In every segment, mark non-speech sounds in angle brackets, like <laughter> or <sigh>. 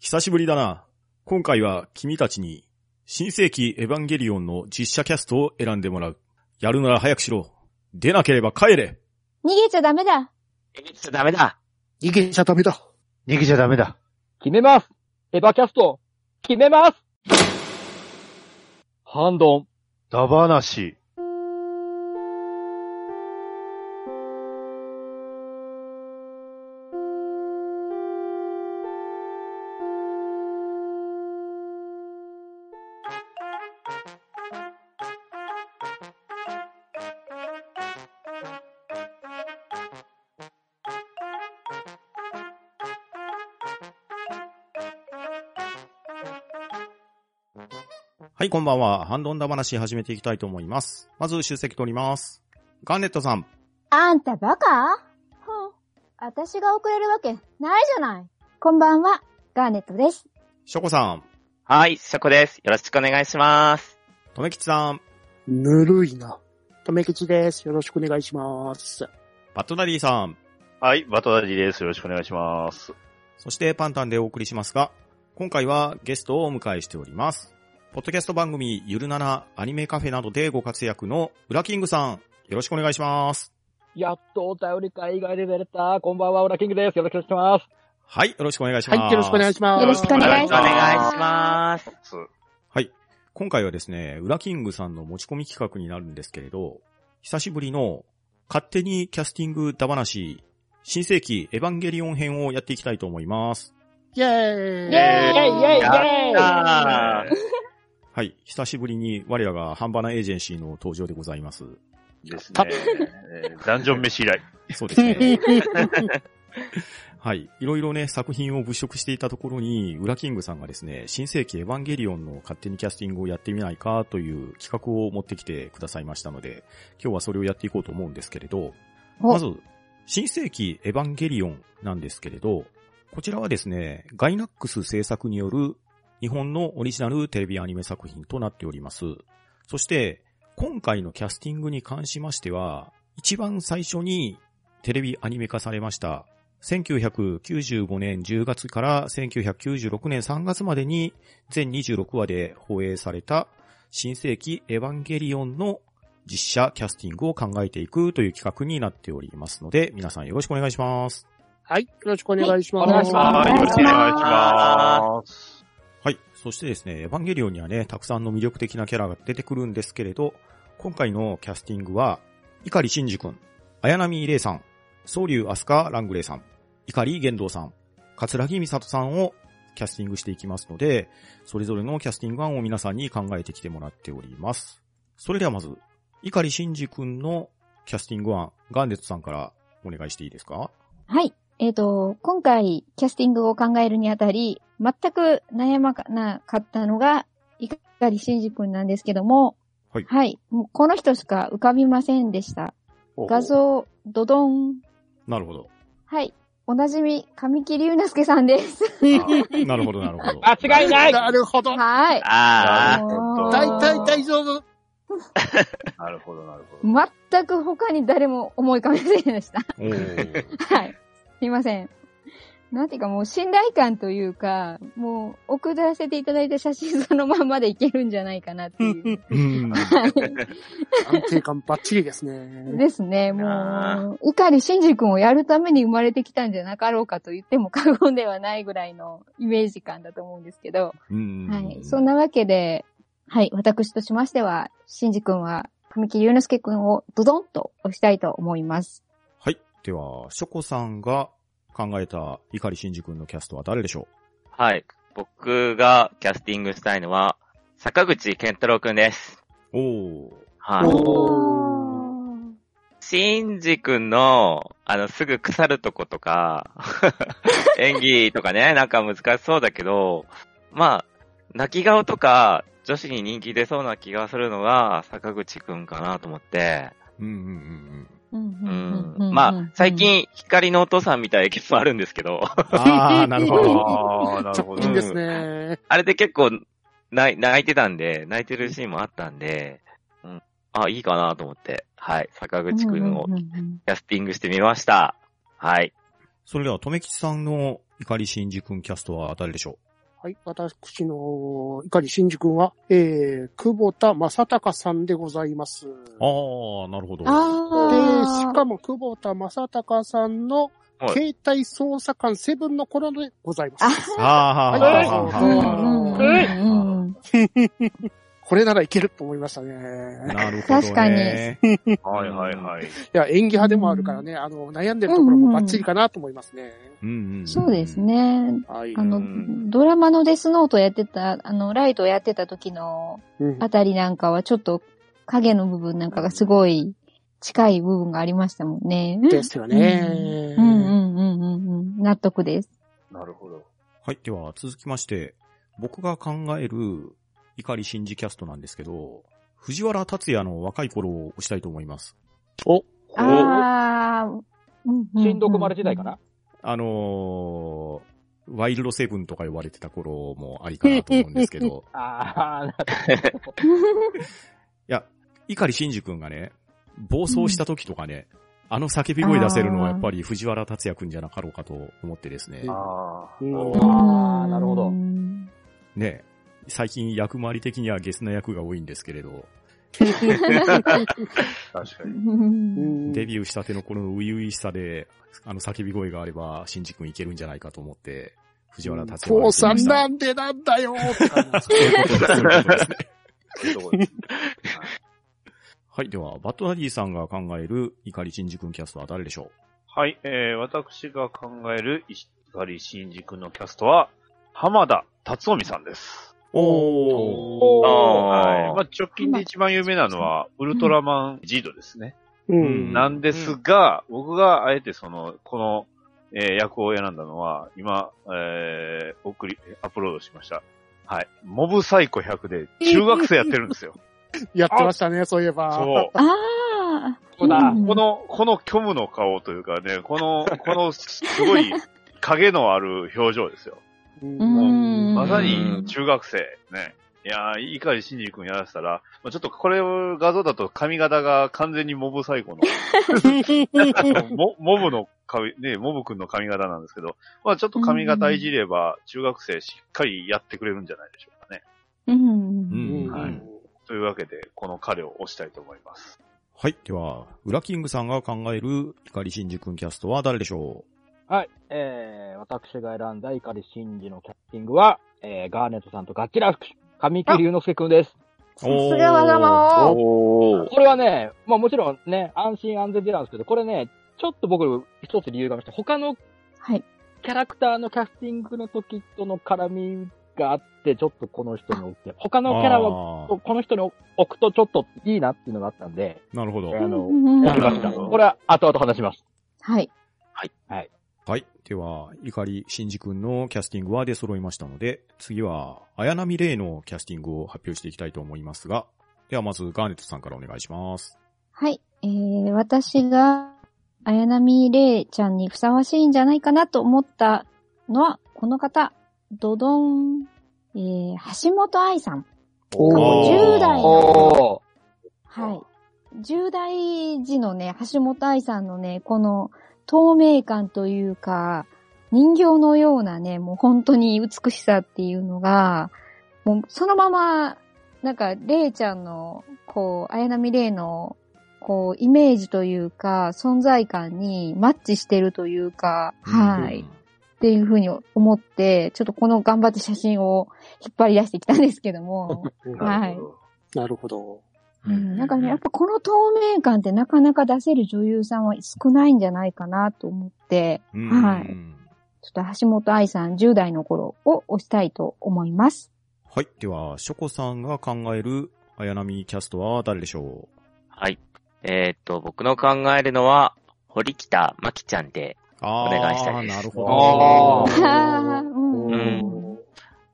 久しぶりだな。今回は君たちに、新世紀エヴァンゲリオンの実写キャストを選んでもらう。やるなら早くしろ。出なければ帰れ。逃げちゃダメだ。逃げちゃダメだ。逃げちゃダメだ。逃げちゃダメだ。決めますエヴァキャスト決めますハンドン。ダバなし。はい、こんばんは。ハンドンダ話始めていきたいと思います。まず出席取ります。ガンネットさん。あんたバカふん。私が遅れるわけないじゃない。こんばんは、ガーネットです。ショコさん。はい、ショコです。よろしくお願いします。とめきちさん。ぬるいな。とめきちです。よろしくお願いします。バットダディさん。はい、バトダディです。よろしくお願いします。そしてパンタンでお送りしますが、今回はゲストをお迎えしております。ポッドキャスト番組ゆるななアニメカフェなどでご活躍のウラキングさん、よろしくお願いします。やっとお便り会以外で出れた。こんばんは、オラキングです。よろしくお願いします。はい、よろしくお願いします。はい、よろしくお願いします。よろしくお願いしお願まいすし。ます。今回はですね、ウラキングさんの持ち込み企画になるんですけれど、久しぶりの勝手にキャスティングだ話、新世紀エヴァンゲリオン編をやっていきたいと思います。イェーイイェーイイェーイイェーイあーはい、久しぶりに我らがハンバナエージェンシーの登場でございます。ですたね。えーダンジョン飯以来。そうです <laughs> ね。はい。いろいろね、作品を物色していたところに、ウラキングさんがですね、新世紀エヴァンゲリオンの勝手にキャスティングをやってみないかという企画を持ってきてくださいましたので、今日はそれをやっていこうと思うんですけれど、おまず、新世紀エヴァンゲリオンなんですけれど、こちらはですね、ガイナックス制作による日本のオリジナルテレビアニメ作品となっております。そして、今回のキャスティングに関しましては、一番最初にテレビアニメ化されました。1995年10月から1996年3月までに全26話で放映された新世紀エヴァンゲリオンの実写キャスティングを考えていくという企画になっておりますので、皆さんよろしくお願いします。はい、よろしくお願いします。はいお願いしまはすい、よろしくお願いします。はい。そしてですね、エヴァンゲリオンにはね、たくさんの魅力的なキャラが出てくるんですけれど、今回のキャスティングは、碇真珠くん、綾波レイさん、総竜飛鳥ラングレイさん、碇玄道さん、桂木美里さんをキャスティングしていきますので、それぞれのキャスティング案を皆さんに考えてきてもらっております。それではまず、碇真珠くんのキャスティング案、ガンデットさんからお願いしていいですかはい。えっ、と、今回、キャスティングを考えるにあたり、全く悩まなかったのが、いかりしんじくんなんですけども、はいもうこの人しか浮かびませんでした。画像、ドドン。なるほど。はい。おなじみ、神木隆之介さんです。なるほど、なるほ <laughs> ど。間違いないなるほど。 <laughs> はい。あーもう大体大丈夫。なるほど、なるほど。全く他に誰も思い浮かべませんでした。おーはい。すいません。なんていうかもう信頼感というか、もう送らせていただいた写真そのまんまでいけるんじゃないかなっていう。うん安定感バッチリですね。ですね。あもう、碇真司君をやるために生まれてきたんじゃなかろうかと言っても過言ではないぐらいのイメージ感だと思うんですけど。うんはい。そんなわけで、はい。私としましては、真司君は神木隆之介君をドドンと押したいと思います。はい。では、ショコさんが考えた碇真珠君のキャストは誰でしょーはい。僕がキャスティングしたいのは、坂口健太郎くんです。うおー。はい。おーシンジくんの、あの、すぐ腐るとこと <laughs> か、演技とかね、なんか難しそうだけど、まあ、泣き顔とか、女子に人気出そうな気がするのが、坂口くんかなと思って、うんうんうん。うんうんうんうんまあ、最、近、光のお父さんみたいな意見もあるんですけど、 <laughs> ああ、なるほど。ああ、なるほ直ど近。ですね。あれで結構泣い、泣いてたんで、泣いてるシーンもあったんで、うん。あ、いいかなと思って、はい。坂口くんをうんキうんうんャスティングしてみました。はい。それでは、とめきちさんの碇真珠君キャストは誰でしょうはい、私の碇真司君は、えー、久保田正隆さんでございます。ああ、なるほど。で、あしかも久保田正隆さんはの、い携帯捜査官セブンの頃でございます。ああ、はあはあはあ。うんあはうんうんうん。これならいけると思いましたね。あ <laughs> なるほど、ね。確かにはいはいはい。いや、演技派でもあるからね、あの、悩んでるところもバッチリかなと思いますね。うんうん、そうです。ね。はい。あうのん、ドラマのデスノートやってた、あの、ライトやってた時のうんあたりなんかは、ちょっと影の部分なんかがすごい近い部分がありましたもんね。ですよね。うんうんうんうんうん。納得です。なるほど。はい。では、続きまして、僕が考える怒り信じキャストなんですけど、藤原達也の若い頃を推したいと思います。ああ、うんうんうん新毒丸時代かなあのー、ワイルドセブンとか呼ばれてた頃もありかなと思うんですけど、ああ、なるほど。いや、碇慎二君がね、暴走した時とかね、あの叫び声出せるのはやっぱり藤原達也君じゃなかろうかと思ってですね。ああ。うんあーなるほ <laughs> どうんね最近役回り的にはゲスな役が多いんですけれど、確かうに。んデビューしたての頃の初々しさで、あの叫び声があれば、新次君いけるんじゃないかと思って、藤原達也を父さんだなんでなんだよーって感じですそう <laughs> いうことです、そういうことですね。そういうとこですはい、では、バッドダディさんが考える怒り新次君キャストは誰でしょはい、えー、私が考える石狩新宿のキャストは、浜田達臣さんです。うおー。おはい。あまあ、直近で一番有名なのは、ウルトラマンジードですね。ううんん。なんですが、僕があえてその、この、えー役を選んだのは、今、えー、送り、アップロードしました。はい。モブサイコ100で、中学生やってるんですよ。やってましたね、そういえば。そう。ああ、ここだうんこ <laughs> の、この虚無の顔というかね、この、このすごい影のある表情ですよ。うんうんまさに中学生ね。いやー、碇慎二君やらせたら、まあ、ちょっとこれを画像だと髪型が完全にモブ最高の、 <laughs> モモブの髪、ね、モブ君の髪型なんですけど、まあちょっと髪型いじれば中学生しっかりやってくれるんじゃないでしょうかね。 <laughs> うんううんんはいというわけで、この彼を推したいと思います。はい。では、ウラキングさんが考える光新宿君キャストは誰でしょはい。えー、私が選んだ怒り真司のキャスティングは、えー、ガーネットさんとガッチラ福士、神木隆之介くんです。うさすがわがままおー。これはね、まあもちろんね、安心安全でなんですけど、これね、ちょっと僕、一つ理由がありまして、他のはい。キャラクターのキャスティングの時との絡みがあって、ちょっとこの人に置って、他のキャラははこの人に置くとちょっといいなっていうのがあったんで、なるほど。あの、うんうんうん置きました。これは後々話します。はい。はい。では、怒り新次君のキャスティングは出揃いましたので、次は、綾波レイのキャスティングを発表していきたいと思いますが、ではまず、ガーネットさんからお願いします。はい。えー、私が、綾波レイちゃんにふさわしいんじゃないかなと思ったのは、この方、ドドン、えー、橋本愛さん。過去おー10代のおー。はい。10代時のね、橋本愛さんのね、この透明感というか、人形のようなね、もう本当に美しさっていうのが、もうそのまま、なんか、レイちゃんの、こう、綾波レイの、こう、イメージというか、存在感にマッチしてるというか、はい。うんっていうふうに思って、ちょっとこの頑張って写真を引っ張り出してきたんですけども、はなるいほ。どなるほど。うんなんかね、やっぱこの透明感ってなかなか出せる女優さんは少ないんじゃないかなと思って、うんはい。ちょっと橋本愛さん10代の頃を推したいと思います。はい。では、ショコさんが考える綾波キャストは誰でしょうはい。えーっと、僕の考えるのは、堀北真希ちゃんで、あお願いしたいですなるほど。あ <laughs> ーあーうんうん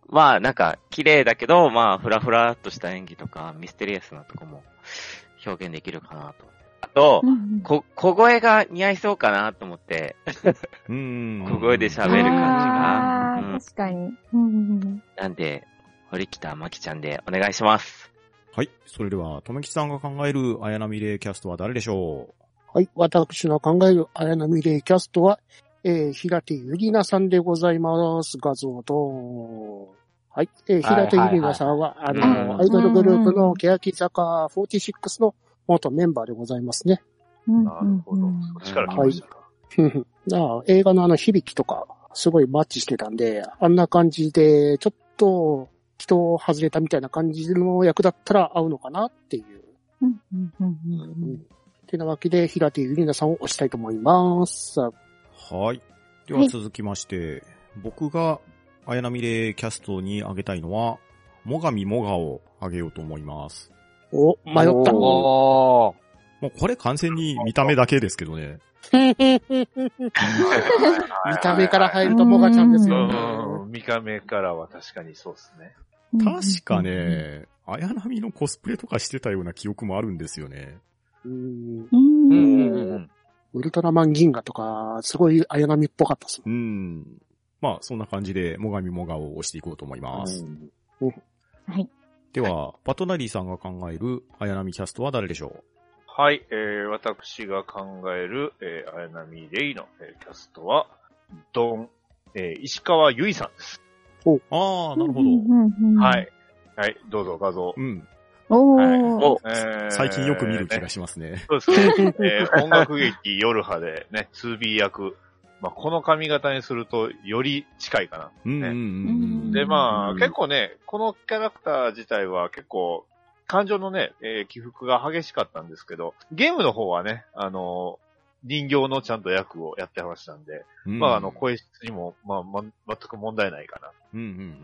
まあなんか綺麗だけど、まあフラフラっとした演技とかミステリアスなとこも表現できるかなと。あと、うんこ、小声が似合いそうかなと思って、うん。小声で喋べる感あじが。ーうん、確かに。うんなんで、堀北真希ちゃんでお願いします。はい。それでは、とめきさんが考える綾波レイキャストは誰でしょうはい、私の考える綾波レイキャストは、えー、平手ゆりなさんでございます。画像と。はい。えー、は平い手ゆりなさんは、あいの、うんアイドルグループうんうのん欅坂46の元メンバーでございますね。うんなるほどうん。そっちから来ましたか。ああ映画のあの響きとか、すごいマッチしてたんで、あんな感じで、ちょっと、人を外れたみたいな感じの役だったら合うのかなっていう。うんうんうんうんうんてなわけで、平手ゆりなさんを推したいと思います。さあはい。でははい続きまして、僕が綾波レイキャストにあげたいのは、もがみもがをあげようと思います。お、迷った。おー。もうこれ完全に見た目だけですけどね。 <laughs> 見た目から入るとうんモガちゃんですうよ。んうん見た目からは確かにそうですね。確か。ね、綾波のコスプレとかしてたような記憶もあるんですよね。うんうんううんうんんうんうん。ウルトラマン銀河とか、すごい綾波っぽかったっすうん。まあ、そんな感じで、もがみもがを押していこうと思います。はい。では、パトナリーさんが考える綾波キャストは誰でしょはい、えー、私が考える、えー、綾波レイの、えーキャストは、ドン、えー、石川由依さんです。うああ、なるほど。どは。い。はい、どうぞ画像。うん。おはいー。お、えー最近よく見る気ねがしますね。そ <laughs> うですね。えー音楽劇夜派でね、2B 役。まあ、この髪型にすると、より近いかな。うんうんうん。で、まあ、うん結構ね、このキャラクター自体は結構、感情のね、えー起伏が激しかったんですけど、ゲームの方はね、あのー人形のちゃんと役をやってましたんで、うんまあ、あの、声質にも、まあ、ま、全く問題ないかな。うん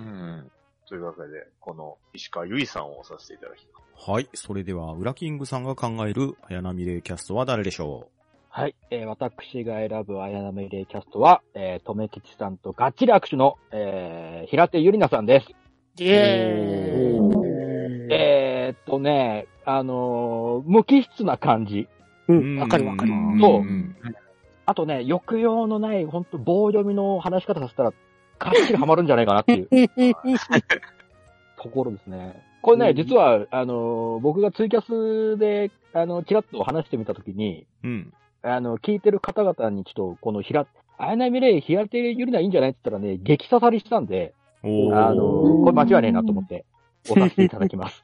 うんうん。うん。というわけで、この石川由依さんをさせていただきます。はい。それでは、ウラキングさんが考える、綾波レイキャストは誰でしょはい。えー私が選ぶ綾波レイキャストは、えー、とめきちさんとガッチリ握手の、えー、平手ゆりなさんです。イェーイえーっとね、あのー無機質な感じ。う、うんわかるわかる。うんそううんあとね、抑揚のない、ほんと棒読みの話し方させたら、かっちりハマるんじゃないかなって <laughs> いうところですね。これね、うん実は、あのー僕がツイキャスで、あの、ちらっと話してみたときに、うん。あの、聞いてる方々にちょっと、この平、綾波レイ、平手ゆりないいんじゃないって言ったらね、激刺さりしたんで、おーあのーこれ間違いねえなと <laughs> 思って、おさせていただきます。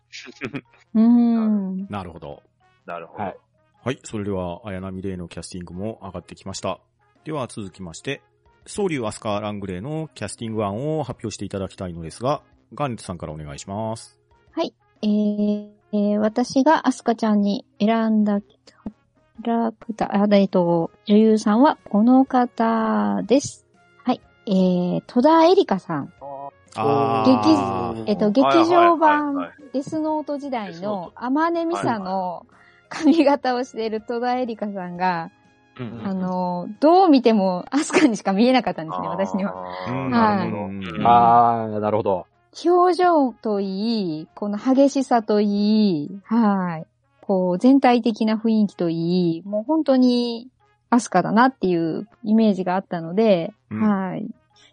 うん。なるほど。なるほど。はいはい。それでは、綾波レイのキャスティングも上がってきました。では、続きまして、ソウリュアスカーラングレーのキャスティング案を発表していただきたいのですが、ガーネットさんからお願いします。えーえー私がアスカちゃんに選んだキャラクター、あえっと、女優さんはこの方です。はい。えー、戸田恵梨香さん。あー。えっと、劇場版デスノート時代デスのノ天音美沙の髪型をしている戸田恵梨香さんが、うんあの、どう見てもアスカにしか見えなかったんですね、私には。うはんはないるほどうんあー、なるほど。表情といい、この激しさといい、はい。こう、全体的な雰囲気といい、もう本当に、アスカだなっていうイメージがあったので、うんはい。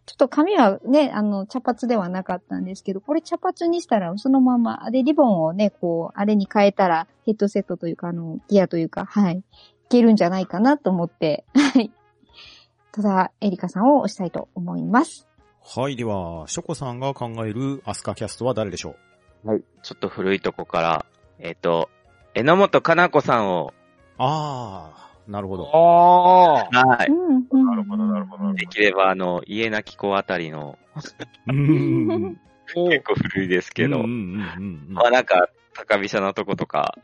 ちょっと髪はね、あの、茶髪ではなかったんですけど、これ茶髪にしたらそのまま、で、リボンをね、こう、あれに変えたら、ヘッドセットというか、あの、ギアというか、はい。いけるんじゃないかなと思って、はい。ただ、エリカさんを推したいと思います。はい。では、ショコさんが考えるアスカキャストは誰でしょうちょっと古いとこから、えっ、と、榎本かな子さんを、あー。なるほど。あー。はい。うん、ななるほどなるほどなるほどできれば、あの、家なき子あたりの、うん。結構古いですけど、うんうんうんうんまあなんか、高飛車のとことか、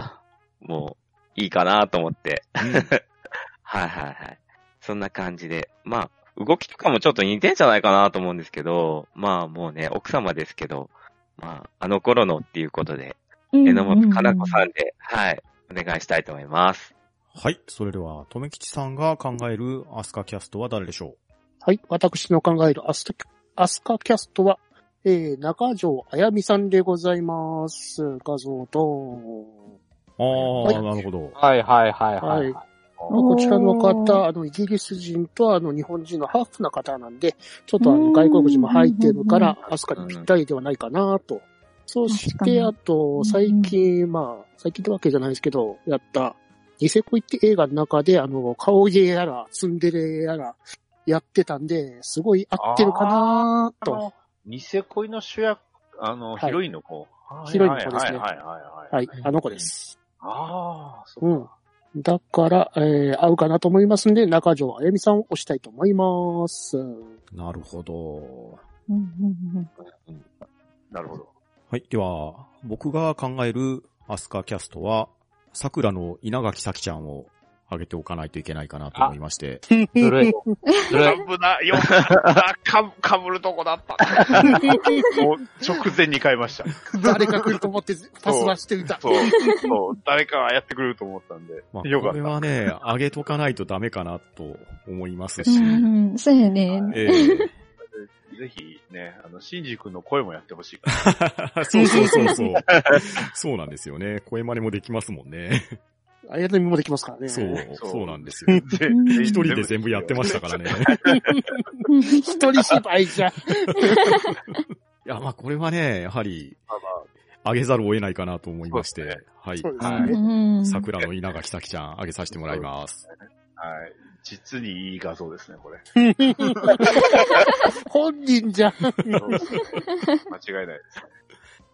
もう、いいかなと思って、 <laughs> はいはいはい。そんな感じで。まあ、動きとかもちょっと似てんじゃないかなと思うんですけど、まあもうね、奥様ですけど、まあ、あの頃のっていうことで、うん榎本かな子さんで、はい、お願いしたいと思います。はい。それでは、とめきちさんが考えるアスカキャストは誰でしょはい、私の考えるアスカアスカキャストは、えー、中条あやみさんでございます。画像と。うあはー、いなるほど。はいはいはいはい、はい。まあこちらのお方、あの、イギリス人とあの、日本人のハーフな方なんで、ちょっとあの、外国人も入ってるから、アスカにぴったりではないかなと。そし確かにて、あと、最近、まあ、最近ってわけじゃないですけど、やった、ニセコイって映画の中で、あの、顔芸やら、ツンデレやら、やってたんで、すごい合ってるかなあと。の、ニセ恋の主役、あの、はいヒロインの子。はいヒロインの子ですねはいはいはいはい。はい、あの子です。ああ、そうっかん。だから、えー、合うかなと思いますんで、中条あやみさんを押したいと思います。なるほど。うんうんうんなるほど。はい。では、僕が考えるアスカキャストは、桜の稲垣咲ちゃんを挙げておかないといけないかなと思いまして。ずるい。ずるい。危ないよかった。か、かぶるとこだった。 <laughs> もう直前に変えました。誰か来ると思ってパス出してみた。そう、そう、誰かがやってくれると思ったんで。まあ、よこかっれた。はね、上げとかないとダメかなと思いますうし。んうん。そうやね。ええ <laughs> ぜひね、あの、シンジ君の声もやってほしいか <laughs> そうそうそうそう。そうなんですよね。声真似もできますもんね。あやのみもできますからね。そう、そうそうなんですよ。ら。うん一人で全部やってましたからね。一人芝居じゃ。いや、まあこれはね、やはり、まあまあ上げざるを得ないかなと思いまして。そうですはい。そうですはういね。ん。桜の稲垣咲ちゃん、上げさせてもらいます。はい。実にいい画像ですね、<laughs> これ。本人じゃん。間違いないです。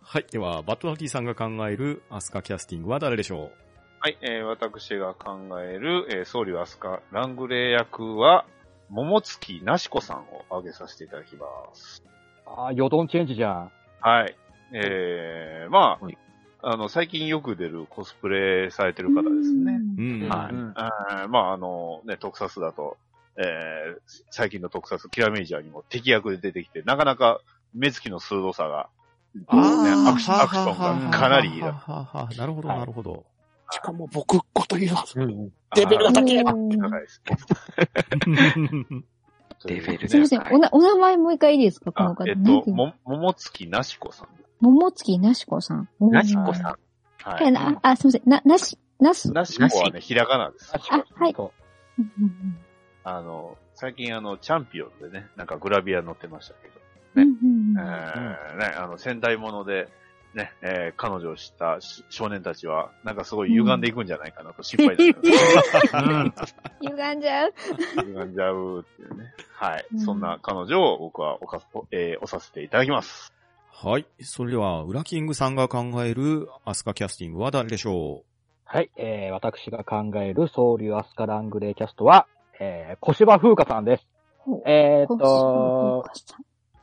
はい。では、バットナキーさんが考えるアスカキャスティングは誰でしょはい、えー私が考える、えー、総理アスカ、ラングレー役は、桃月なしこさんを挙げさせていただきます。ああ、ヨドンチェンジじゃん。はい。えー、まあ、はいあの、最近よく出るコスプレされてる方ですね。ううん。はい。うんあーまあ、あの、ね、特撮だと、えー、最近の特撮、キラメイジャーにも敵役で出てきて、なかなか目つきの鋭さが、ね、アクシアクションがかなりいいはな。はははなるほど、はいなるほど。しかも僕っ子といううん。レベルが高いあな。ー高いです。レベルすいません。おな、お名前もう一回いいですかこあの方。えっなんと、ていうのも、桃月なしこさん。桃月なしこさん。なしこん。さん。はえなあ、すいません。な、なし、なす。なしこはね、ひらがなです。あはいそうんうんあの、最近あの、チャンピオンでね、なんかグラビア載ってましたけど、うねんうんえーね、あの、仙台もので、ね、えー彼女を知ったし少年たちは、なんかすごい歪んでいくんじゃないかなと心配になり <laughs> ます。歪んじゃう。歪んじゃうっていうね。はい。うんそんな彼女を僕はおか、おえー、おさせていただきます。はい。それでは、ウラキングさんが考えるアスカキャスティングは誰でしょはい。えー、私が考える総流アスカラングレーキャストは、えー、小芝風花さんです。えーっと、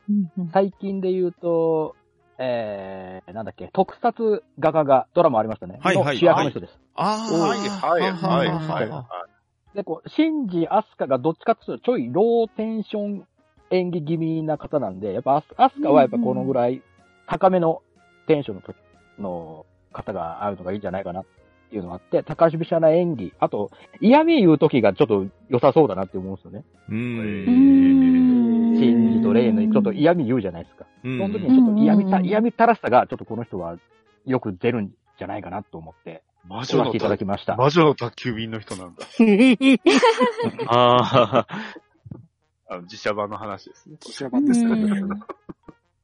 うんうん最近で言うと、えー、なんだっけ、特撮画家がドラマありましたね。はいはいの主役の人です。うああ、はい、はい、はい、はい。はいで、こう、シンジ、アスカがどっちかっていうと、ちょいローテンション演技気味な方なんで、やっぱアスアスカはやっぱこのぐらい高めのテンションのとの方があるのがいいんじゃないかなっていうのがあって、高橋美写な演技、あと、嫌味言う時がちょっと良さそうだなって思うんですよね。うー。うんんシンジとレイのちょっと嫌味言うじゃないですか。うそんの時にちょっと嫌味た、うん嫌味たらしさがちょっとこの人はよく出るんじゃないかなと思って、魔お書きいただきました。魔女の宅急便の人なんだ。ああ。あの、自社版の話ですね。こちら版ですうん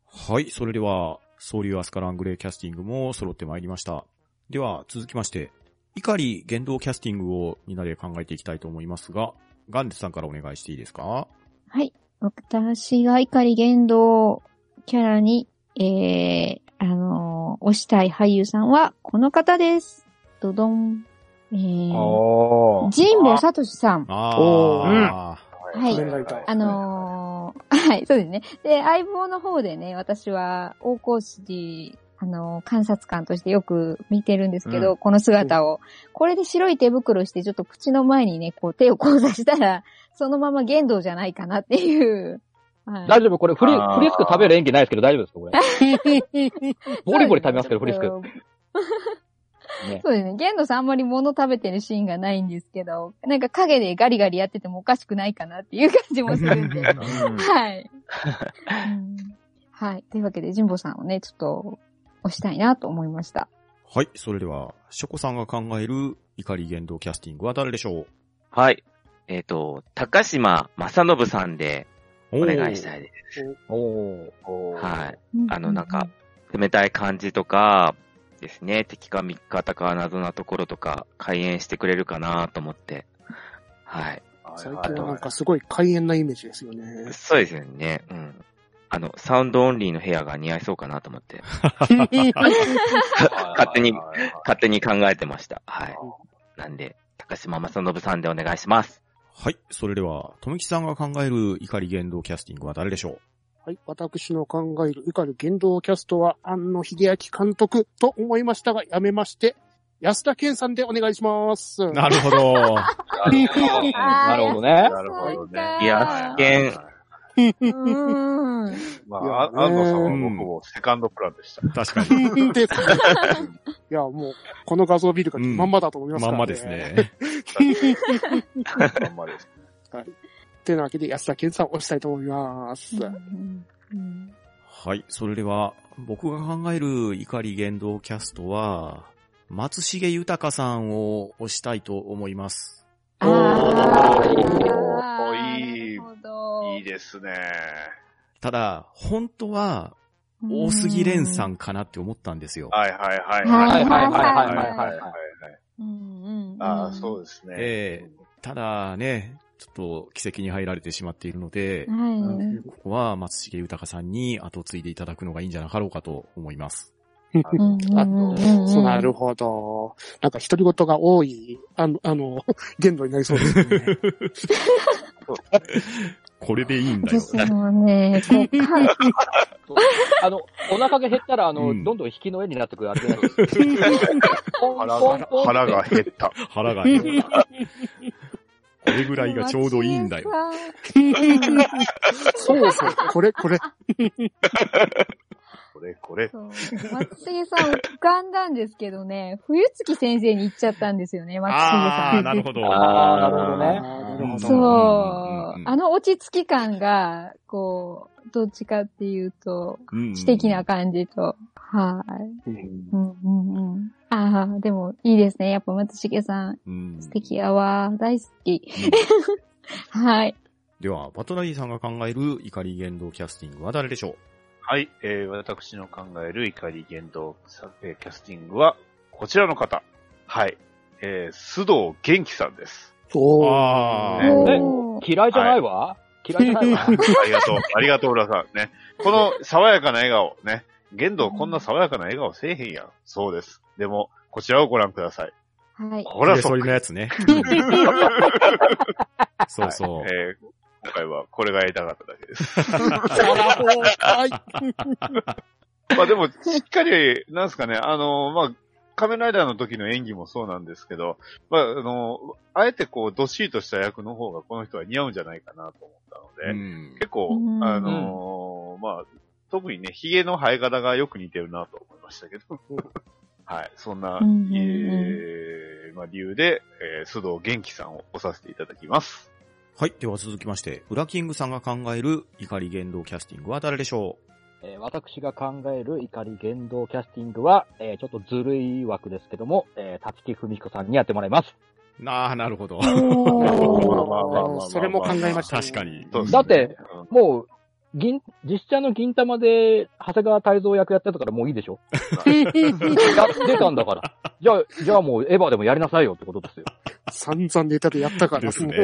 はい。それでは、総流アスカラングレーキャスティングも揃ってまいりました。では、続きまして、碇言動キャスティングをみんなで考えていきたいと思いますが、ガンデスさんからお願いしていいですかはい。私が怒り言動キャラに、えー、あのー、推したい俳優さんは、この方です。ドドン。えー、おー。神保聡さん。あおあ、はいあのー、 <laughs> はい、そうですね。で、相棒の方でね、私は、大河内あのー、観察官としてよく見てるんですけど、この姿を、これで白い手袋して、ちょっと口の前にね、こう手を交差したら、そのまま言動じゃないかなっていう。はい大丈夫これフリ、あーフリスク食べる演技ないですけど大丈夫ですかこれ。 <laughs> ボリボリ食べますけど、フリスク。ね。そうですね。ゲンドさんあんまり物食べてるシーンがないんですけど、なんか影でガリガリやっててもおかしくないかなっていう感じもするんで。はい、うんはい。というわけで、ジンボさんをね、ちょっと押したいなと思いました。はい。それでは、ショコさんが考える怒り言動キャスティングは誰でしょはい。えっ、と、高島正信さんでうお願いしたいです。おー。はい。うんあのなんか冷たい感じとか、ですね、敵か味方か謎なところとか、開演してくれるかなと思って。はい。最はい近はなんはいかすごい開演なイメージですよね。そうですよね。うん。あの、サウンドオンリーの部屋が似合いそうかなと思 <laughs> って、勝手にはいはいはい勝手に考えてました。はい。なんで、高島正信さんでお願いします。はい。それでは、とめきさんが考える怒り言動キャスティングは誰でしょはい。私の考える怒る言動キャストは、庵野秀明監督と思いましたが、やめまして、安田健さんでお願いします。 <laughs> うなるほど。なるほどね。なるほどねいやはい試験うん。まいやあ、あ安藤さんはね僕もセカンドプランでした。 <laughs> 確かに。ですね。いや、もう、この画像を見る限りまんまだと思いますかまんまらね。です。ね。あんまりですってなわけで、安田健さんを推したいと思います。うんはい。それでは、僕が考える怒り言動キャストは、松重豊さんを推したいと思います。ああーいいなるほどいいですね。ただ、本当は、大杉蓮さんかなって思ったんですよ。はいはいはいははいはいい。はいはいはいはい。うん。うんうん。ああ、そうですね。ええただね、ちょっと奇跡に入られてしまっているので、はい。ここは松重豊さんに後継いでいただくのがいいんじゃなかろうかと思います。うんあうんうんそうなるほど。なんか、独り言が多い、あの、あの、 <laughs> 言動になりそうで <laughs> すね。これでいいんだよ。ですよね。こうかあの、お腹が減ったら、あの、うんどんどん引きの絵になってくるあれじゃないですか。ポン腹ポンがポン、腹が減った。腹が減 <laughs> る。これぐらいがちょうどいいんだよ。。そうそう。これ、これ。これこれ。そう松重さん浮かんだんですけどね、冬月先生に行っちゃったんですよね、松重あさー、なるほど。あーなるほどねなるーほん。ど。そううんうんう。んあの落ち着き感が、こう、どっちかっていうと、うん詩的な感じと、はい。うんうんうん。ああ、でもいいですね。やっぱ松重さん、うん素敵やわ。大好き。 <laughs> はい。では、バトナリーさんが考える怒り言動キャスティングは誰でしょはい、えー、私の考える怒り言動えーキャスティングは、こちらの方。はい。えー、須藤元気さんです。うおあえー。おー嫌いじゃないわ、嫌いじゃないわ。 <laughs> ありがとう、ありがとう、浦さん。ね。この爽やかな笑顔、ね。言動こんな爽やかな笑顔せえへんやん。そうです。でも、こちらをご覧ください。はい。これはそそっりくのり。や <laughs> つね。そうそう。えー、今回はこれがやりたかっただけです。はい。 <laughs> まあでも、しっかり、なんすかね、あの、まあ、仮面ライダーの時の演技もそうなんですけど、まあ、あの、あえてこう、どっしりとした役の方がこの人は似合うんじゃないかなと思ったので、うん結構う、んあのーまあ、特にね、髭の生え方がよく似てるなと思いましたけど、 <laughs> はい、そんな、うんうんうんえーまあ、理由で、えー須藤元気さんを押させていただきます。はい。では続きまして、ウラキングさんが考える怒り言動キャスティングは誰でしょうえー私が考える怒り言動キャスティングは、えーちょっとずるい枠ですけども、えー、立木文彦さんにやってもらいます。なあ、なるほど。おーそれも考えました、確かに。そうですねだって、うんもう、銀、実写の銀玉で、長谷川泰造役やってたからもういいで <laughs> しょやってたんだから。じゃあ、じゃあもうエヴァでもやりなさいよってことですよ。散々ネタでやったから。 <laughs> ですね。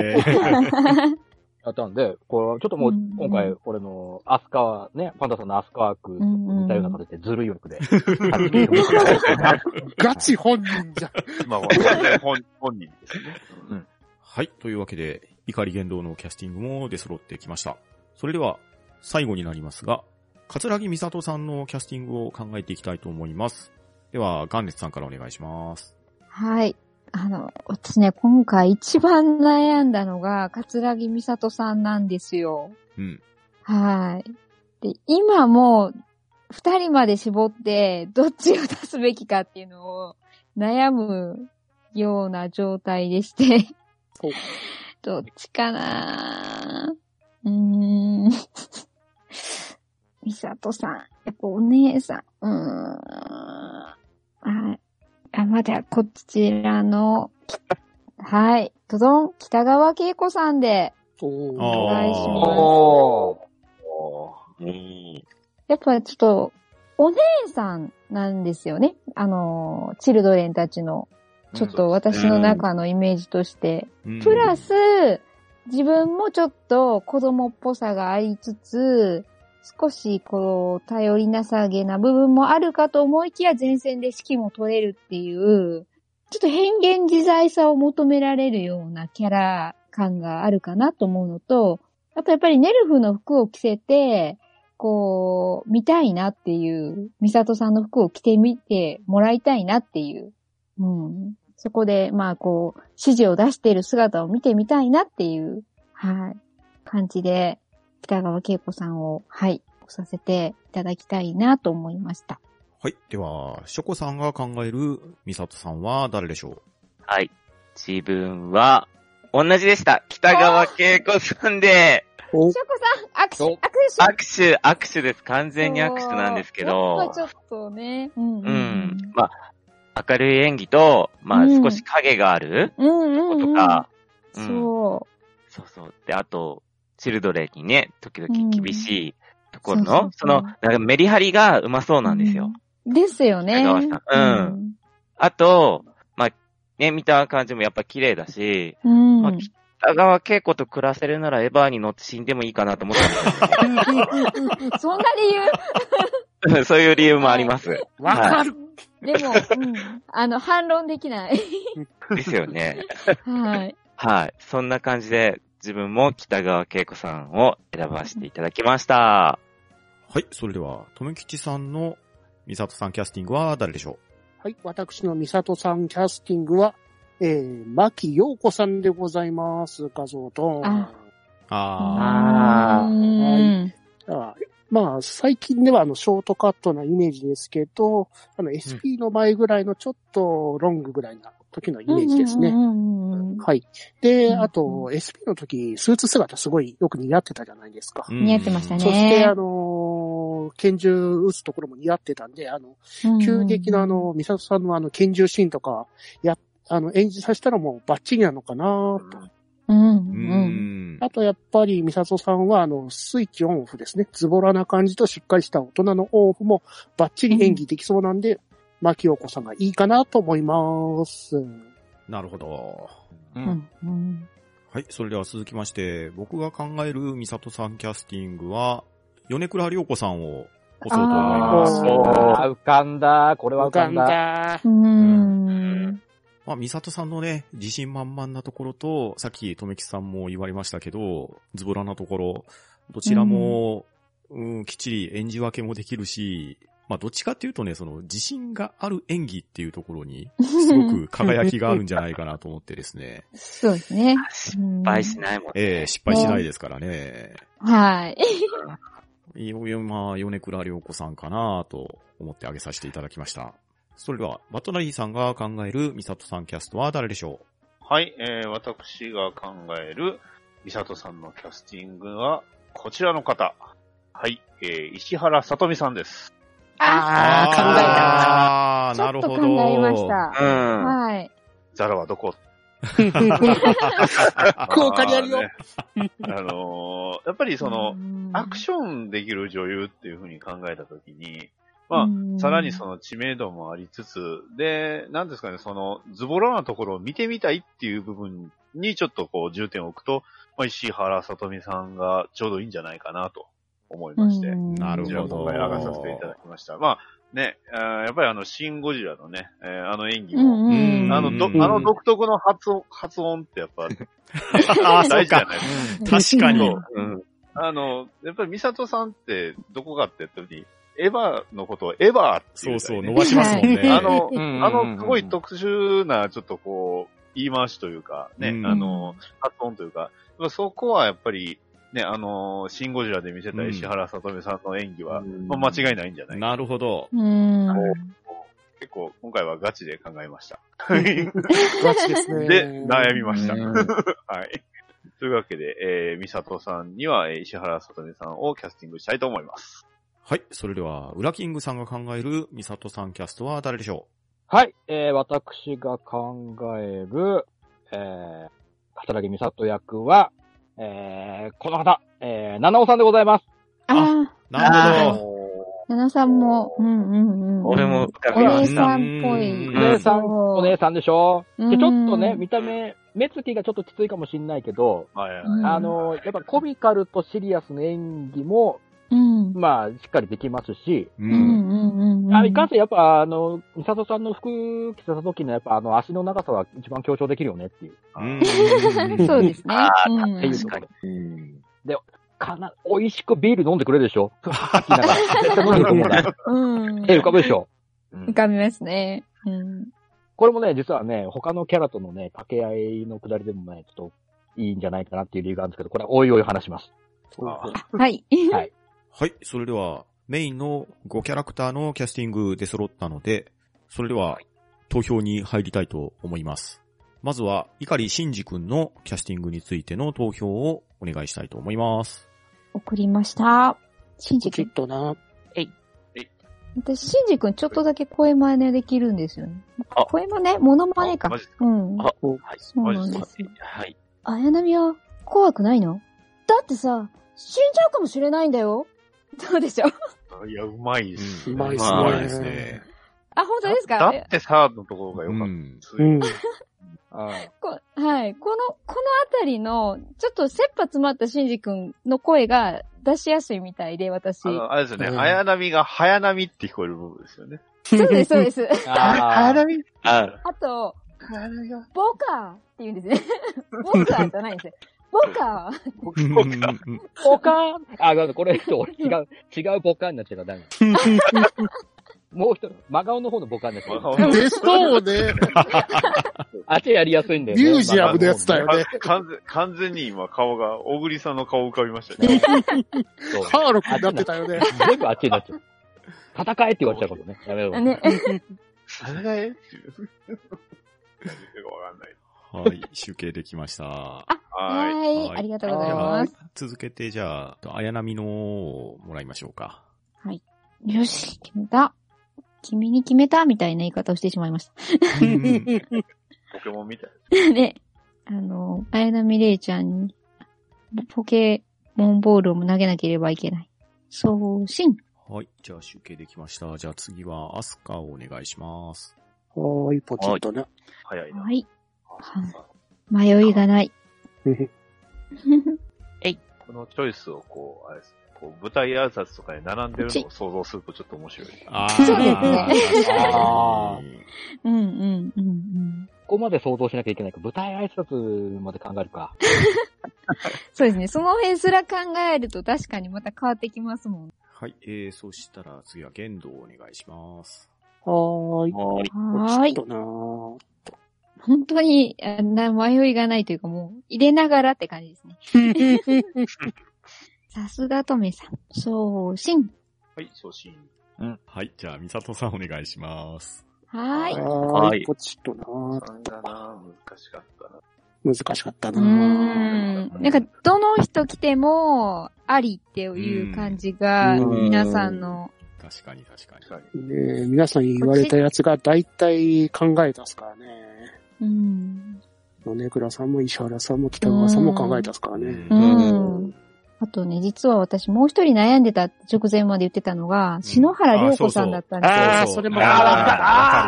やったんで、これはちょっともううん、今回、俺の、アスカはね、パンダさんのアスカワークと似たような形でずるい枠 <laughs> で、立木文彦さんにやってもらいます <laughs> ガチ本人じゃん。まあ、完全に本本人ですね。うんはい。というわけで、怒り言動のキャスティングも出揃ってきました。それでは、最後になりますが、桂木美里さんのキャスティングを考えていきたいと思います。では、ガンネツさんからお願いします。はい。あの、私ね、今回一番悩んだのが、桂木美里さんなんですよ。うん。はい。で、今も、二人まで絞って、どっちを出すべきかっていうのを悩むような状態でしてそう、どっちかなうーん。美里さん、やっぱお姉さん、うーん。はい。あ、まだこちらの、はい。ドドン、北川景子さんで、おーお願いしますあーおーうん。やっぱちょっと、お姉さんなんですよね。あの、チルドレンたちの、ちょっと私の中のイメージとして。うんプラス、自分もちょっと子供っぽさがありつつ、少しこう、頼りなさげな部分もあるかと思いきや前線で指揮も取れるっていう、ちょっと変幻自在さを求められるようなキャラ感があるかなと思うのと、あとやっぱりネルフの服を着せて、こう、見たいなっていう、ミサトさんの服を着てみてもらいたいなっていう、うん。そこで、まあこう、指示を出している姿を見てみたいなっていう、はい、感じで、北川景子さんを、はい、させていただきたいなと思いました。はい。では、ショコさんが考えるミサトさんは誰でしょうはい。自分は、同じでした。北川景子さんで、おしょこさん、握手、お握手し握手、握手です。完全に握手なんですけやっどぱ、ちょっとね、うんううんん。まあ、明るい演技と、まあ、うん少し影があるうん。うんうこんとうん。か、うんそそうそう。で、あと、チルドレンにね、時々厳しいとこそろうそうの、その、なんかメリハリがうまそうう。なんですよ。うん。ですよね。北川さんあと、まあ、ね、見た感じもやっぱ綺麗だし、うん。まあうん北川景子と暮らせるならエヴァに乗って死んでもいいかなと思ったんです <laughs> よ <laughs> そんな理由うん <laughs> そういう理由もあります。わかるでも、うん、あの、反論できない。ですよね。はい。 <laughs> はい。そんな感じで、自分も北川景子さんを選ばせていただきました。はい。それでは、とめきちさんのミサトさんキャスティングは誰でしょはい、私のミサトさんキャスティングは、えー、牧陽子さんでございます。画像と。あうああーうん。あまあ、最近ではあの、ショートカットなイメージですけど、あの、SP の前ぐらいのちょっとロングぐらいな時のイメージですうね。んうんうんうんはい。うで、んあと、SP の時、スーツ姿すごいよく似合ってたじゃないですかー。。似合ってましたねそして、あのー拳銃撃つところも似合ってたんで、あの、急激なあの、ミサトさんのあの、拳銃シーンとか、や、あの、演じさせたらもうバッチリなのかなと。うんううんん。あと、やっぱり、ミサトさんは、あの、スイッチオンオフですね。ズボラな感じとしっかりした大人のオンオフも、バッチリ演技できそうなんで、牧陽子さんがいいかなと思います。なるほど。ううん。うんはい。それでは続きまして、僕が考えるミサトさんキャスティングは、米倉涼子さんを押そうと思います。あー浮かんだ。これは浮かんだ。だ。うん。まあ、ミサトさんのね、自信満々なところと、さっき、とめきさんも言われましたけど、ズボラなところ、どちらも、うん、きっちり演じ分けもできるし、まあ、どっちかっていうとね、その、自信がある演技っていうところに、すごく輝きがあるんじゃないかなと思ってですね。そうですね。失敗しないもんええね。失敗しないですからね。はい。いよいよ、まあ、米倉涼子さんかなと思ってあげさせていただきました。それでは、バトナリーさんが考えるミサトさんキャストは誰でしょはい、えー、私が考える、ミサトさんのキャスティングは、こちらの方。はい、えー、石原さとみさんです。うあー考えたあーちょなっるとほど。考えました。うん。はい。ザラはどこ福岡にあるよまあね <laughs> あのーやっぱりその、アクショョンできる女優っていう風に考えたときに、まあ、さらにその、の知名度もありつつ、で、なんですかね、そのズボラなところを見てみたいっていう部分にちょっとこう重点を置くと、まあ、石原さとみさんがちょうどいいんじゃないかなと思いまして、なるこほちどら今回上がさせていただきました。まあね、あーやっぱりあのシン・ゴジラのね、えーあの演技うも、んうん。あのど、うんあの独特の発音、発音ってやっぱああ、そ大う事じゃか。ないですか。確かに。うん。あの、やっぱりミサトさんってどこかって言った時に、エヴァのことをエヴァってそ言ううたそりう、ね伸ばしますもん <laughs> ね。あの、うんうんうんあの、すごい特殊な、ちょっとこう、言い回しというか、ね、うんあの、発音というか、まあそこはやっぱり、ね、あの、シンゴジラで見せたうん石原さとみさんの演技は、うんまあ間違いないんじゃないなるほど。うん。結構、今回はガチで考え <laughs> ました。ガチですね。で、悩みました。うんはい。というわけで、えー、ミサトさんには、えー石原さとみさんをキャスティングしたいと思います。はい。それでは、ウラキングさんが考えるミサトさんキャストは誰でしょはい、えー、私が考える、えー、働き美里役は、えー、この方、えー、七尾さんでございます。あうなるほど。七さんも、うんうんうん。俺も浮かびおま姉しさた。んっぽい。うおん姉さん、そうお姉さんでしょうんで、ちょっとね、見た目、目つきがちょっときついかもしんないけど、はいはい。うんあ、の、やっぱコミカルとシリアスの演技も、うん。まあ、しっかりできますし、う。うんんうんうんうん。あいかんせんやっぱ、あの、ミサトさんの服着てた時のやっぱ、あの、足の長さは一番強調できるよねっていう。うん <laughs> そうですね。あうーん確かに。うんかな、美味しくビール飲んでくれるでしょふわーって言いながら。絶対飲んでくるもんう <laughs> ね。ん。絵浮かぶでしょうん浮かびますね。うん。これもね、実はね、他のキャラとのね、掛け合いのくだりでもね、ちょっといいんじゃないかなっていう理由があるんですけど、これはおいおい話します。はい。はいはい、それでは、メインの5キャラクターのキャスティングで揃ったので、それでは、投票に入りたいと思います。まずは、碇シンジ君のキャスティングについての投票をお願いしたいと思います。送りました。しんじポチくんッ。とな。私、しんじくんちょっとだけ声真似できるんですよね。あ声真似モノマネかあマジ。うん。あはいそうなんですよ。はい。あやなみは怖くないのだってさ、死んじゃうかもしれないんだよ。どうでしょういや、うまいです。うまいっうまいすね。。あ、本当ですかだってさ、のところがう良かっん。た。うん。こはい。この、このあたりの、ちょっと切羽詰まったしんじくんの声が出しやすいみたいで、私。あその、あれですよね。うん綾波が早波って聞こえる部分ですよね。うです、そうです。あー波ああと、早波が。ボカーって言うんですね。ボカーじゃないんですよ。ボカー。ポカーンあ、ごめんこれ、違う、違うポカーンになっちゃうからダメ。もう一人、真顔の方のポカーンになっちゃうから。でしょうね。あっちやりやすいんだよね。ミュージアムのやつだよね。完全完全に今顔が、小栗さんの顔浮かびまし <laughs> たね。 <laughs> そうハーロックになってたよね。全部あっちになっちゃう。戦えって言われちゃうからね。やめろ。ね。それがえっていう。何言ってるかわかんない。はい、集計できました。はーい。はい。ありがとうございます。続けて、じゃあ、綾波のをもらいましょうか。よし、決めた。君に決めたみたいな言い方をしてしまいましポケモンみたい。 <laughs> た。で、あの、綾波レイちゃんに、ポケモンボールを投げなければいけない。送信。はい、じゃあ集計できました。じゃあ次は、アスカをお願いします。はーい、ポチッとね。早いな。はい。迷いがない。 <laughs> <laughs> このチョイスをこう、あれです。こう、舞台挨拶とかで並んでるのを想像するとちょっと面白い。あそうですねあうんうんうんうん。ここまで想像しなきゃいけないか。舞台挨拶まで考えるか。そうですね。その辺すら考えると確かにまた変わってきますもん。はい、えー、そしたら次は剣道をお願いします。はーい。もう、ポチはーッい。となー。本当に、あな迷いがないというかもう、入れながらって感じですね。さすがとめさん。送信。はい、送信。はい、じゃあ、ミサトさんお願いします。はーい。ははーいい、ポチッとなー。なんだな難しかったな。難しかったうーなー。んなんか、どの人来ても、ありっていう感じが、うん皆さんの、確かに確かに。確かねえ皆さん言われたやつが大体考え出すからね。うん。米倉さんも石原さんも北川さんも考え出すからね。うん。あとね、実は私もう一人悩んでたって直前まで言ってたのが、篠原涼子さんだったんですよ。あーううそれもあー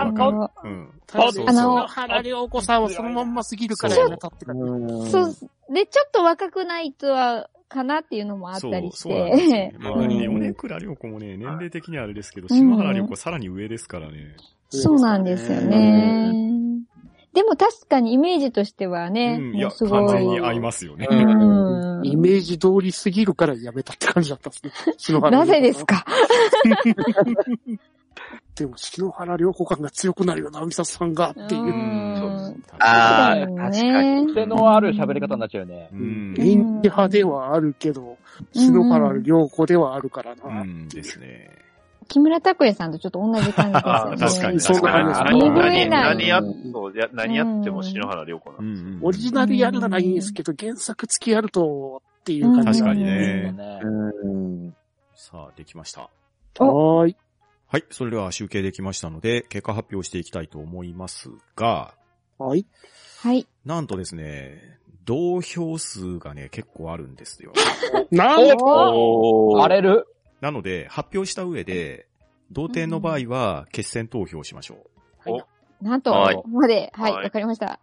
わかるわかる。うあん。たそうそだう篠原涼子さんはそのまんますぎるからやめたって感じ。のそう、で、ちょっと若くないとは、かなっていうのもあっそうたりしそうなんですよ <laughs> ねて。まあ、米倉涼子もね、年齢的にはあれですけど、篠原涼子はさらに上ですからね。そうなんですよね。でも確かにイメージとしてはね、うん、いもや、うすごい。完全に合いますよね。うんイメージ通りすぎるからやめたって感じだったんですね。篠原涼な子ぜですかでも篠原涼子感が強くなるよな、美里さんがっていうう。ん。あそうだよねあー癖のある喋り方になっちゃうよねう。ん。演技派ではあるけど、篠原涼子ではあるからうな。んですね。木村拓哉さんとちょっと同じ感じあであ、<laughs> 確すかよにね。そんな感じです何拭えない何やっそういや何やっても篠原涼子なんですよ。うんオリジナルやるならいいんですけど、原作付きやると、っていう感じ確が。かにそうね。だねうん。さあ、できました。はーい。はい。それでは集計できましたので、結果発表していきたいと思いますが、はい。はい。なんとですね、 <laughs> 同票数がね、結構あるんですよ。なんおおー。荒れる。なので、発表した上で、同点の場合は決選投票しましょう。なんと、はいここまで、はい、わ、はいかりました。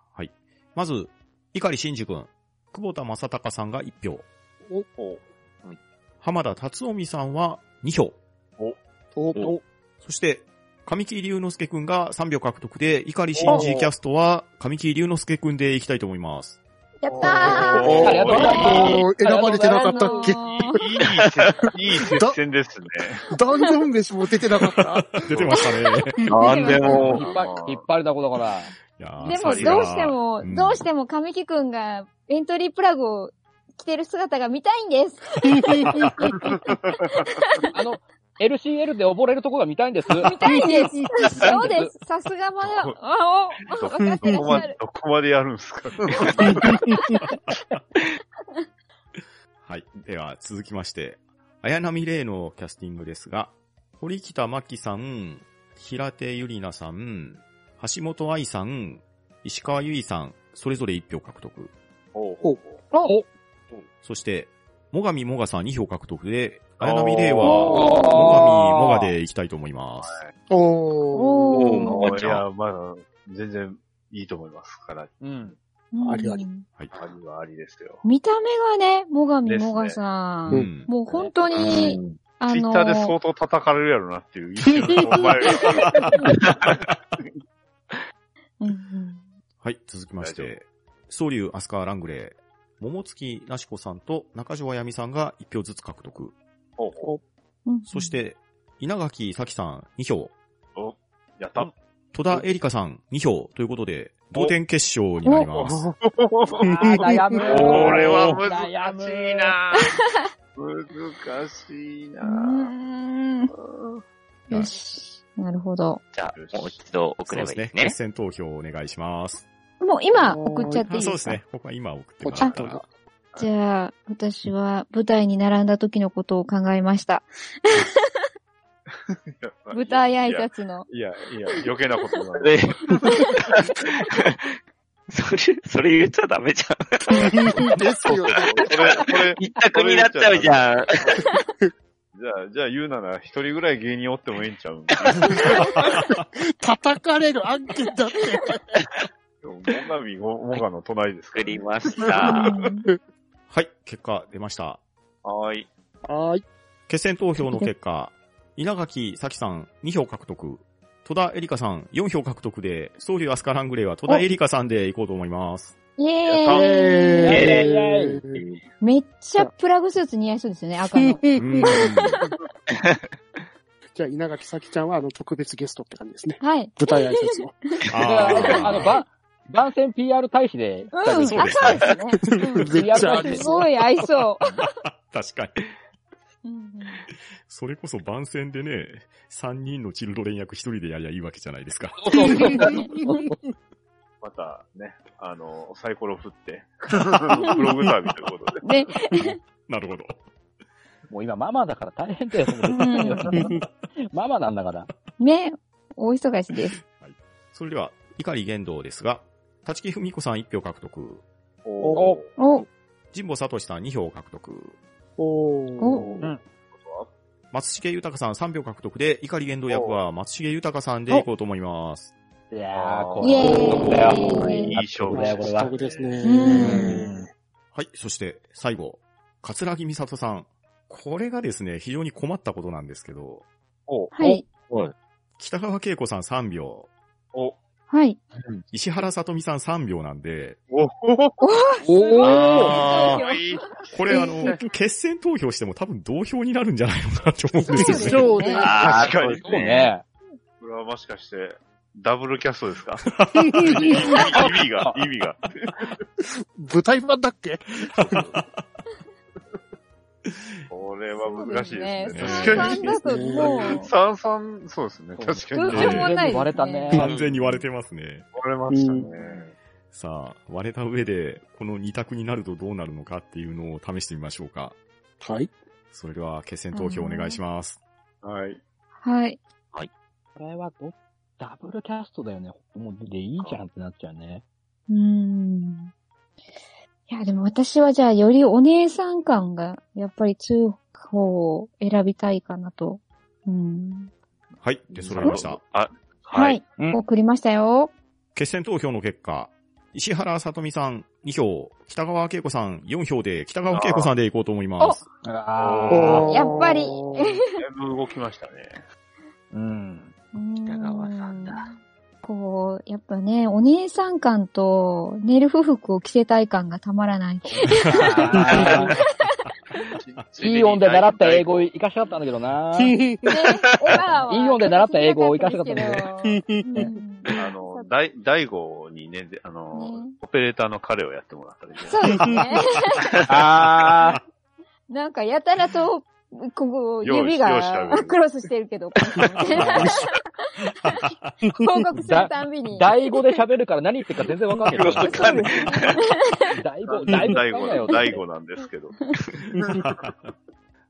まず、碇慎二君、久保田正隆さんが1票、お、お浜田達臣さんは2票、お、おお、そして、神木隆之介くんが3票獲得で、碇慎二キャストは神木隆之介くんでいきたいと思い <laughs> ます。やったーおーありがとうございますお選ばれてなかったっ <laughs> あけのーいい接、いい接戦ですね。ダンゾン飯も出てなかった。出てました <laughs> ね。なんでも、引っ張引っ張れたことから。いやーでさも、すがどうしても、うんどうしても神木くんがエントリープラグを着てる姿が見たいんです。あの、LCL で溺れるとこが見たいんです。見たいんです。そうです。さすがまだ、あお、どわかってどらこっましゃるで、。どこまでやるんですかはい。では、続きまして、綾波レイのキャスティングですが、堀北真希さん、平手ゆりなさん、橋本愛さん、石川由依さん、それぞれ1票獲得。おうおおそして、もがみもがさん2票獲得で、綾波レイは、もおーがみもがでいきたいと思います。おおおーーいや、まだ、全然いいと思いますから、うん。ありありはい。ありはありですよ。見た目がね、もがみですねもがさん。うん。もう本当に、あツイのッターで相当叩かれるやろなっていう意識がお前がうんうんはい、続きまし大て、総流アスカーラングレー、桃月なしこさんと中条あやみさんが1票ずつ獲得。おうおううんそして、稲垣咲さん2票、やった。戸田恵梨香さん2票ということで、同点決勝になります。あー悩む。これは悩難むしい。な難しいうなーんよし。なるほど。じゃあ、もう一度送そうでればいすいでねす。ね決。戦投票をお願いします。もう今送っちゃっていあいそうでですすかね。僕は今送ってポもチらっッたとらな。。じゃあ、私は舞台に並んだ時のことを考えました。舞台挨拶の。いや、いや、余計なこと言わなでい。それ、それ言っちゃダメじゃん。ですよね。これ、これ、一択になっちゃうじゃん。じゃあ、じゃあ言うなら、一人ぐらい芸人おってもええんちゃうん叩かれる案件だって。もがみ、ももがの隣ですか作らりね、ましうた。んはい、結果出ました。はーい。はーい。決選投票の結果、稲垣咲さん2票獲得、戸田恵梨香さん4票獲得で、総理アスカラングレーは戸田恵梨香さんでいこうと思います。イえエーイえめっちゃプラグスーツ似合いそうですよね、赤の。 <laughs> うん。じゃあ、稲垣咲ちゃんは、あの、特別ゲストって感じですね。はい。舞台挨拶 <laughs> の。だからああの、ば、番宣 PR 大使で、うん、あ、そうですそうですねね。 <laughs> うんめっちゃありすそう。ごい合いそー確かに。う。うんそれこそ番宣でね、3人のチルドレン役1人でやりゃいいわけじゃないですか。またね、あの、サイコロ振って、ブログサービスということで。ね。なるほど。もう今ママだから大変だよ。んママなんだから。ね。大忙しです。それでは、碇玄道ですが、立木文子さん1票獲得、おおお、神保聡さん2票獲得、おおー。松重豊さん3票獲得で、碇玄道役は松重豊さんでいこうと思います。いやー、こイエうーイいい勝負だよ、これは。そうですうね。はい、そして最後、桂木美里さん。これがですね、非常に困ったことなんですけど、はい。北川景子さん3秒、おはい。石原さとみさん3秒なんで、おおおあーいいこれあの、決選投票しても多分同票になるんじゃないのかなと思うんですよ以ね。上で。あー確かにそう。ね。これはもしかして、ダブルキャストですか <laughs> 意舞味が、意味が。台版だっけこれは難しいですね。そうですね確か三に。々だとも三々、そうですね。確かに。どうし割ようもないですね割れたね。完全に割れてますね。れましたね。さあ、割れた上で、この2択になるとどうなるのかっていうのを試してみましょうか。はい。それでは、決選投票お願いします。はい。う、はい。これはど、ダブルキャストだよね。もう、でいいじゃんってなっちゃうね。うーん。いや、でも私はじゃあ、よりお姉さん感が、やっぱり強方を選びたいかなと。うん、はい。で、揃いました。あ、ははいい。、うん送りましたよ。決選投票の結果、石原さとみさん2票、北川景子さん4票で、北川景子さんでいこうと思います。ああ。やっぱりだいぶ動きましたね。うん。北川さんだ。こう、やっぱね、お姉さん感と、ネルフ服を着せたい感がたまらない。いい音で習った英語を活かしたかったんだけどな。ね、いい音で習った英語を活かしたかったねね。うんあの、大、大悟にね、であの、ねオペレーターの彼をやってもらったらいいじゃそうですね。あなんか、やたらと、ここ、用意指用意したが上にクロスしてるけど、こうね報告するたんびに。あ。第語で喋るから何言ってるか全然わかんない。わかんない第語、な第い語。大悟の大悟なんですけど。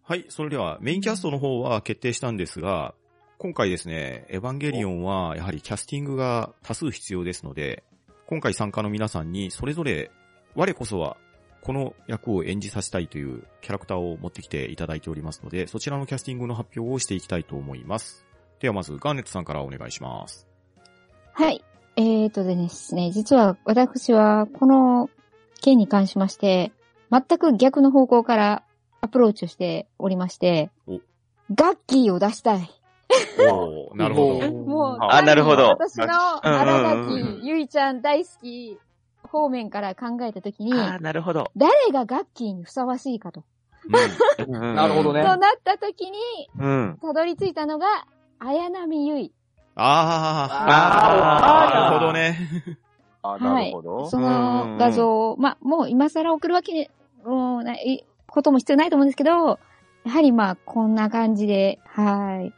はい、それではメインキャストの方は決定したんですが、今回ですね、エヴァンゲリオンはやはりキャスティングが多数必要ですので、今回参加の皆さんにそれぞれ、我こそはこの役を演じさせたいというキャラクターを持ってきていただいておりますので、そちらのキャスティングの発表をしていきたいと思います。ではまず、ガーネットさんからお願いします。はい。えーとですね、実は私はこの件に関しまして、全く逆の方向からアプローチをしておりましてお、ガッキーを出したい。おーなるほど。もう、あなるほど私の新うんうん垣ゆいちゃん大好き方面から考えたときに、ああ、なるほど。誰がガッキーにふさわしいかと。うななるほどとねなったときに、うん。たどり着いたのが、綾波ゆい。ん、あー、あなるーほどね。あ、はないるほど。その画像を、まあ、もう今更送るわけに、もうない、ことも必要ないと思うんですけど、やはりまあ、こんな感じで、はい。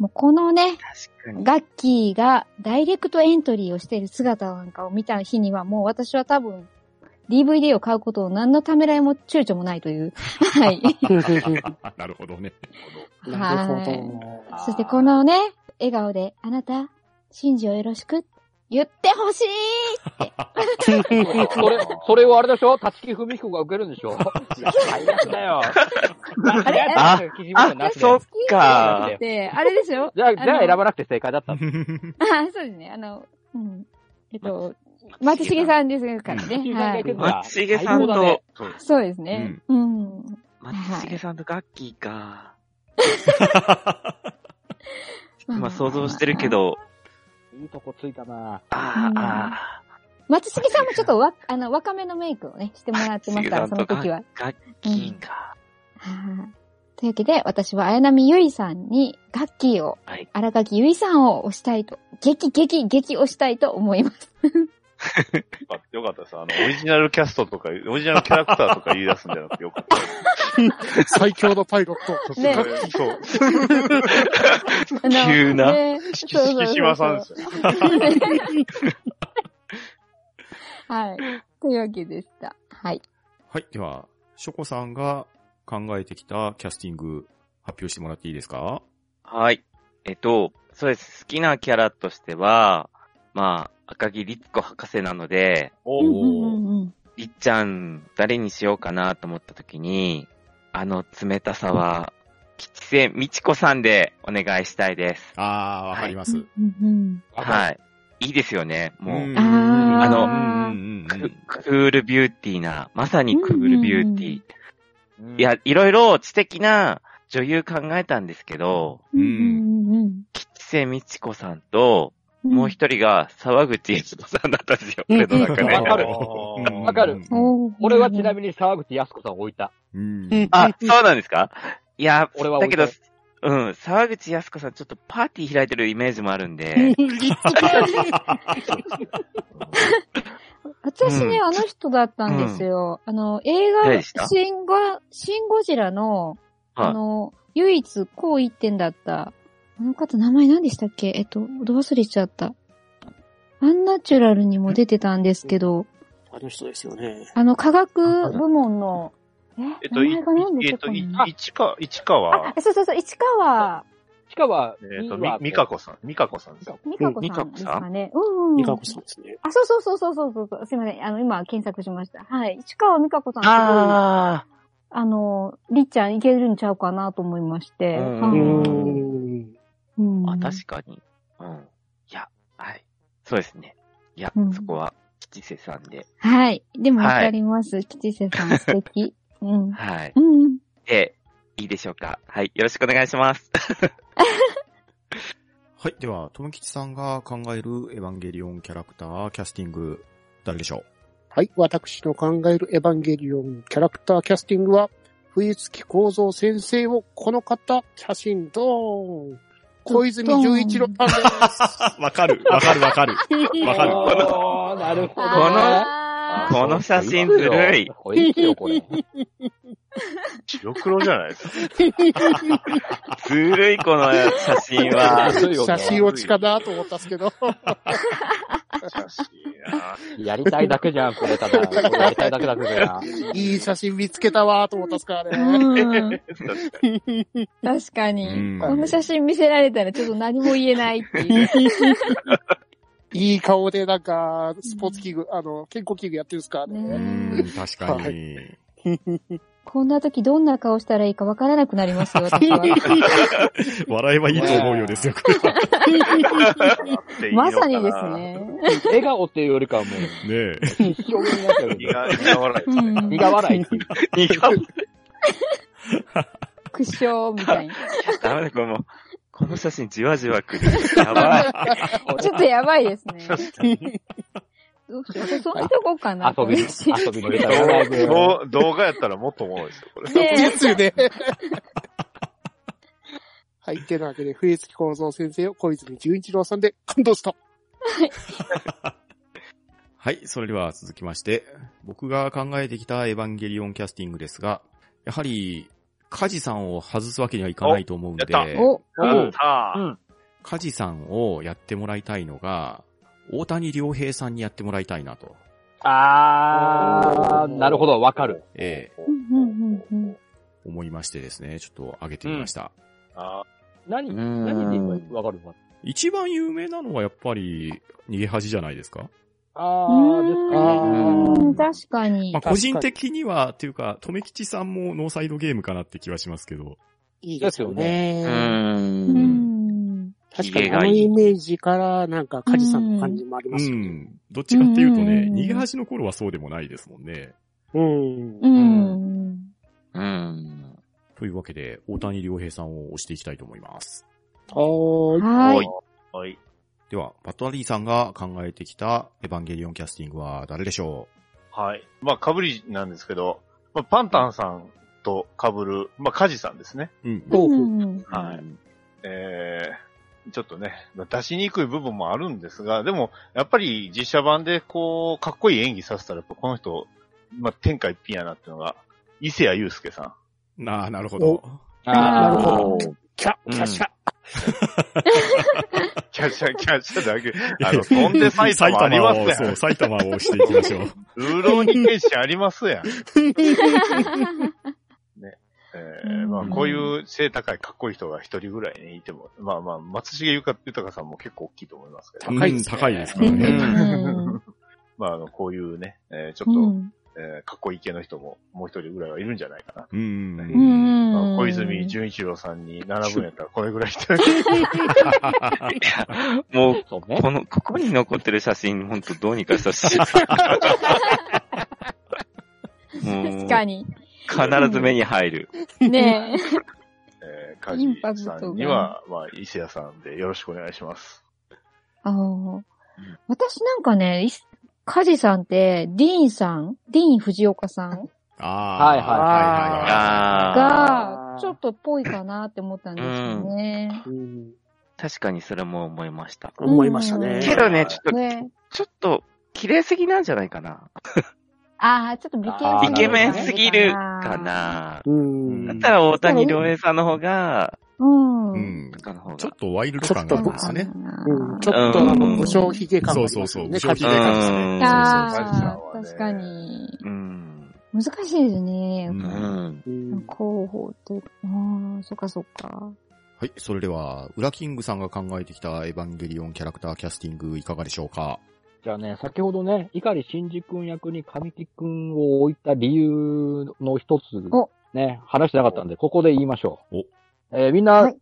もうこのね、確かに。ガッキーがダイレクトエントリーをしている姿なんかを見た日には、もう私は多分、DVD を買うことを何のためらいも躊躇もないと <laughs> いう。はい。なるほ <laughs> どね。 <laughs> なるほはいど。そしてこのね、笑顔で、あなた、信じをよろしく、言ってほしいそれ、それをあれでしょ立木文彦が受けるんでしょ最悪だよ。あれあ記事あもな、し <laughs> でそっかか。で、あれですよ。じゃあ、じゃああの選ばなくて正解だったんだ。 <laughs> あそうですね。あの、うん。えっと、松重さんですからね。ははいい。松重さん最高だねと、そうですね。うん。松重さんとガッキーか。ま今想像してるけ。ど、いいとこついたなあうんあ、ああ、松重さんもちょっとわ、 <laughs> あの、若めのメイクをね、してもらってますから、そ松重さのんと時は。ガッキーか。はいというわけで、私は綾波ゆいさんに、ガッキーを、はい荒垣ゆいさんを押したいと、激激激押したいと思います。よかったです。あの、オリジナルキャストとか、オリジナルキャラクターとか言い出すんじゃなくてよかった。最強のパイロット。ねそう。あの急なねそうそうそうそう敷島さんですよ。はい。というわけでした。はい。はい。では、ショコさんが考えてきたキャスティング発表してもらっていいですかはい。えっと、そうです。好きなキャラとしては、まあ、赤木律子博士なので、おうんーうんうんうんりっちゃん、誰にしようかなと思った時に、あの冷たさは、吉瀬美智子さんでお願いしたいです。あー、わかります。うんはい。いいですよね。もう、んあーあのうんうんうんククールビューティーな、まさにクールビューティー。うんいや、いろいろ知的な女優考えたんですけど、うんうんうんうん吉瀬美智子さんと、んもう一人が沢口悦子さんだったんですよ、俺の中わかで。るわかるおー俺はちなみに沢口靖子さんを置いた。うんあ、そうなんですかいや、俺はだ置けいたどよ。、うん、沢口靖子さんちょっとパーティー開いてるイメージもあるんで、 <laughs> 私ね、うんあの人だったんですよ。あの、映画誰の、でしたシンゴ、シンゴジラの、はいあの、唯一こう一点だった。あの方、名前何でしたっけえっと、ど忘れちゃった。アンナチュラルにも出てたんですけど、あの人ですよね。あの、科学部門の、ええっと、い名前が何でしえたっと、かいな市川、市川あ、、そうそうそう、市川しかは、えっと、み、美香子さん、美香子さんですよ。美香子さんですかね。うんうん。ニカコさんですね。あ、そうそうそうそうそうそう。すいません。あの、今検索しました。はい。市川美香子さんすごい。ああの、りっちゃんいけるんちゃうかなと思いまして。うんはういん。うんあ、確かに。うん。いや、はい。そうですね。いや、うんそこは、吉瀬さんで。はい。でもわかります。吉瀬さん素 <laughs> 敵。うん。はい。うん。で、いいでしょうか。はい。よろしくお願いします。はい。では、ともきちさんが考えるエヴァンゲリオンキャラクター、キャスティング、誰でしょはい。私の考えるエヴァンゲリオンキャラクターキャスティングは、冬月幸三先生をこの方、写真ドーン小泉純一郎さんです。うわかる。わかるわかる。わ <laughs> かる。おーなるほどね。あーこの写真ずるい。これいいよ、これ。 <laughs> 白黒じゃないですか。ずるい、この写真は。写真落ちかなと思ったんですけど。写真ややりたいだけじゃん、これ、ただ。これやりたいだけだけじゃん。いい写真見つけたわと思ったんですからね。うん確か確かうに。んこの写真見せられたらちょっと何も言えないっていう。いい顔でなんか、スポーツ器具、あの、健康器具やってるんですからね。うねん、確かに。こんな時どんな顔したらいいかわからなくなりますよ、私 <laughs> は。笑えばいいと思うようですよ、これは。にあっていい <laughs> のかまなさにです。ね。笑顔っていうよりかはもう、ねえ。一生懸命やって <laughs> る苦苦笑いですね。うん苦笑いっていう。苦笑苦笑みたいな。ダメだ、これもう。この写真じわじわ来る。やばい。ちょっとやばいですね。どうしよう。そんなとこかな。遊びに、こ <laughs> れ遊びに出たら動動動画やったらもっとおもろいですよ、これ。ねえですよね。はい。てなわけで、冬月幸三先生を小泉純一郎さんで感動した。はい、それでは続きまして、僕が考えてきたエヴァンゲリオンキャスティングですが、やはり、カジさんを外すわけにはいかないと思うんで、おやったお、やっお、たうーんカジさんをやってもらいたいのが、大谷良平さんにやってもらいたいなと。あー、なるほど、わかる。ええうんうんうんうん思いましてですね、ちょっと上げてみました。あ何、ん何で今わかるの一番有名なのはやっぱり、逃げ恥じゃないですかあうー、ですーねん確かにまあ、。個人的には、というか、留吉さんもノーサイドゲームかなって気はしますけど。いいですよね。ううーん。ん。確かに、家あがのいいイメージから、なんか、カジさんの感じもありうますよね。ん。どっちかっていうとうんうんねう、ん逃げ恥の頃はそうでもないですもんね。うん。うん。うん。というわけで、大谷良平さんを押していきたいと思います。はーい。ーははいい。。はい。では、バットラリーさんが考えてきたエヴァンゲリオンキャスティングは誰でしょはい。まあ、被りなんですけど、まあ、パンタンさんと被る、まあ、カジさんですね。ううん。豆腐。うんはい。えー、ちょっとね、出しにくい部分もあるんですが、でも、やっぱり実写版でこう、かっこいい演技させたら、やっぱこの人、まあ、天下一品やなっていうのが、伊勢谷祐介さん。なあ、なるほど。なるあほど。キャ、キャシャ。キャッ <laughs> シャー、キャッシャーだけ。あの、飛んで埼玉あります埼や玉をそんう、。 <laughs> 埼玉を押していきましょう。うろうに剣士ありますやん。えー、まあ、こういう背高いかっこいい人が一人ぐらいね、いても、まあまあ、松重ゆか豊さんも結構大きいと思いますけ <laughs> ど、高いです、高いですからね。うん <laughs> まあ、あの、こういうね、えーちょうっと、んえーかっこいい系の人ももう一人ぐらいはいるんじゃないかな。う。うんんまあ、小泉純一郎さんに並ぶんやったら、これぐらいいた <laughs> らもう、ー、そうね。この、ここに残ってる写真、ほんとどうにかしてほしい。 <laughs> 確かに。に。必ず目に入る。 <laughs> ねえ。えー、インパカクジトがさんには、まあ、伊勢谷さんでよろしくお願いします。あの私なんかね、いカジさんって、ディーンさんディーン・藤岡さんあはいはいあ、はいはいはい。あがあ、ーちょっとっぽいかなって思ったんですよね。うんー、確かにそれも思いました。思いましたね。けどね、ちょっと、ねちょっと、綺麗すぎなんじゃないかな。ああ、ちょっと美あーイ形ケメンすぎるかな。な。うんだったら大谷良平さんの方が、ううん。うんんと。かの方が。ちょっとワイルド感があるんですよね。うんちょっとあうの、ん無償髭感がそうあそりまうすそよう。ね。無償感髭が感あでるすうね。んそうああ、そうそ確うかに。うん。難しいですねう。んうん。うん候補というか、ああ、そっかそっか。はい、それでは、ウラキングさんが考えてきたエヴァンゲリオンキャラクターキャスティングいかがでしょうかじゃあね、先ほどね、碇シンジ君役に神木君を置いた理由の一つおね、話してなかったんで、ここで言いましょう。えーみんな、はい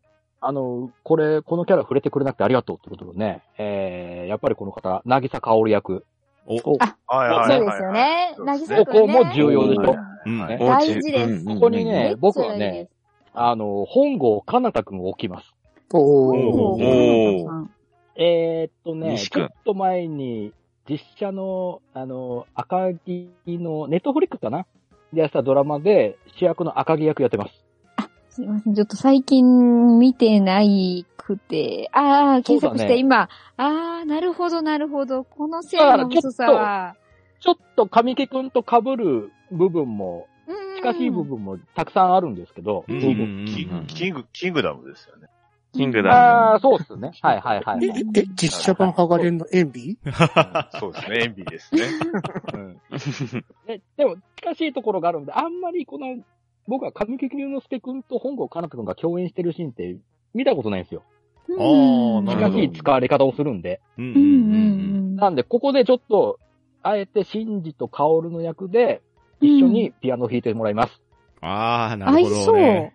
あの、これ、このキャラ触れてくれなくてありがとうってことでね、えーやっぱりこの方、渚ぎさかおる役。お、はいはいはいそうですよね。そうですね渚ここもね重要でしょ。うん。ね大事ですここめっにちゃいねい、僕はでねす、あの、本郷かなたくんを置きます。おおー。おーーえーっとね、西ち君ょっと前に、実写の、あの、赤木の、ネットフリックスかなでやってたドラマで、主役の赤木役やってます。すいません。ちょっと最近見てないくて。ああ、検索しそうだてね今。ああ、なるほど、なるほど。この線の細さは。ちょっと神木くんと被る部分も、うん近しい部分もたくさんあるんですけど、うんキング、キング、キングダムです <laughs> よね。キングあダあ、そうっすね。はいはいはえい。、え、え実写版ハガレンの塩ビそうですね、エンビ <laughs> ですね。ででも、近しいところがあるんで、あんまりこの、僕は神木隆之介くんと本郷かなたくんが共演してるシーンって見たことないんですよ。あーなるほ近どしい使われ方をするんで。うんうんうんううんんなんで、ここでちょっと、あえて、シンジとカオルの役で、一緒にピアノを弾いてもらいます。ああ、な合るいほどそうね。。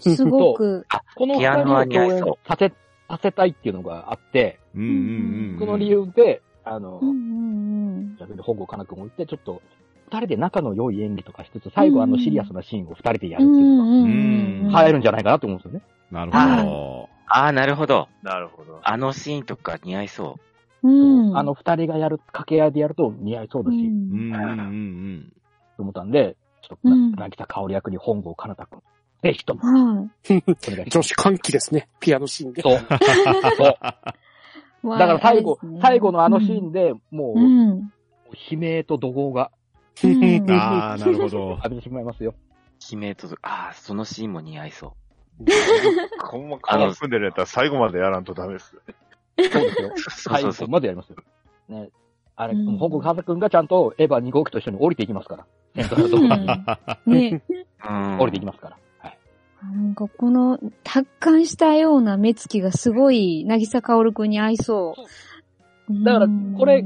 すご <laughs> く。この二ピア人ノはを似合い共そう演させ、させたいっていうのがあって、うんうんうん。その理由で、あのう、ん逆に本郷かなくんを置いて、ちょっと、二人で仲の良い演技とかしつつ、最後あのシリアスなシーンを二人でやるうっていうんのが、うんうんうん。うん入るんじゃないかなと思うんですよね。なるほム。ああ、なるほど。なる <laughs> ほど。あのシーンとか似合いそう。うん。あの二人がやる、掛け合いでやると似合いそううだし、ど。うん、んうんうんと思ったんで、ちょっと、うんなぎさかおり役に本郷かなたくん、ぜひとも、はお願いし女ま子す。歓喜ですね。ピアノシーンで。そ <laughs> う。そう。い。だから最後、まああれですね最後のあのシーンで、もう、うん。 <laughs> うん悲鳴と怒号がうんうん。ああ、なるほ <laughs> ど。 <laughs> 浴びてしまいますよ。悲鳴と、ああ、そのシーンも似合いそこんま体組んでるんやったら最後までやらんとダメです。そうですよ。う。そう最そう後そう。までやりますよ。ね。あれ、うん本国ハザ君がちゃんとエヴァ2号機と一緒に降りていきますから。 <laughs> セントラルドームにね。うん降りていきますから。はい。なんかこの達観したような目つきがすごい、渚さかおるくんに合いそう。だからうんこれ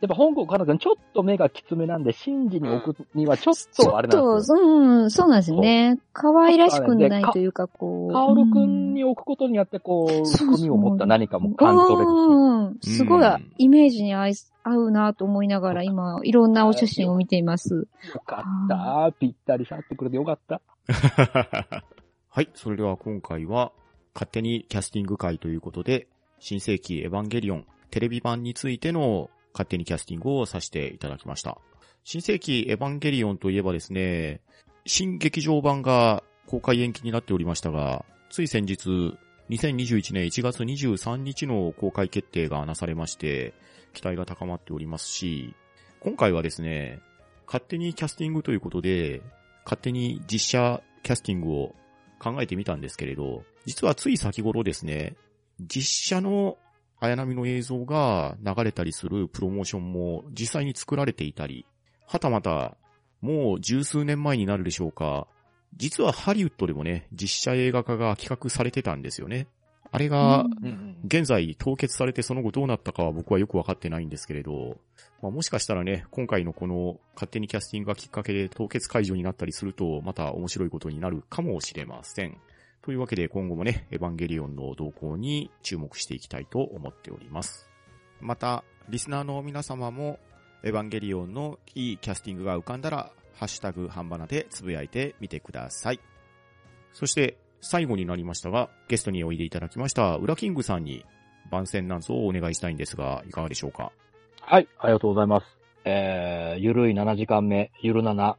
やっぱ本国ハザ君ちょっと目がきつめなんで、シンジに置くにはちょっちとょあっれなんと、ですよ。うん、そうなんですよね。可愛らしくないというか、こう。カオル君に置くことによって、こう、そうそう含みを持った何かも感じ取れるし。うんすごいイメージに合い合うなと思いながら、今、いろんなお写真を見ています。よかった。ぴったりしゃってくれてよかった。はい、それでは今回は、勝手にキャスティング会ということで、新世紀エヴァンゲリオンテレビ版についての勝手にキャスティングをさせていただきました。新世紀エヴァンゲリオンといえばですね、新劇場版が公開延期になっておりましたが、つい先日、2021年1月23日の公開決定がなされまして、期待が高まっておりますし、今回はですね、勝手にキャスティングということで、勝手に実写キャスティングを考えてみたんですけれど、実はつい先頃ですね、実写の綾波の映像が流れたりするプロモーションも実際に作られていたり、はたまた、もう十数年前になるでしょうか、実はハリウッドでもね、実写映画化が企画されてたんですよね。あれがうん現在凍結されてその後どうなったかは僕はよくわかってないんですけれど、まあ、もしかしたらね、今回のこの勝手にキャスティングがきっかけで凍結解除になったりすると、また面白いことになるかもしれません。というわけで今後もね、エヴァンゲリオンの動向に注目していきたいと思っております。また、リスナーの皆様も、エヴァンゲリオンのいいキャスティングが浮かんだら、ハッシュタグ半ばなでつぶやいてみてください。そして、最後になりましたが、ゲストにおいでいただきました、ウラキングさんに番宣なんぞをお願いしたいんですが、いかがでしょうかはい、ありがとうございます。えー、ゆるい7時間目、ゆる7、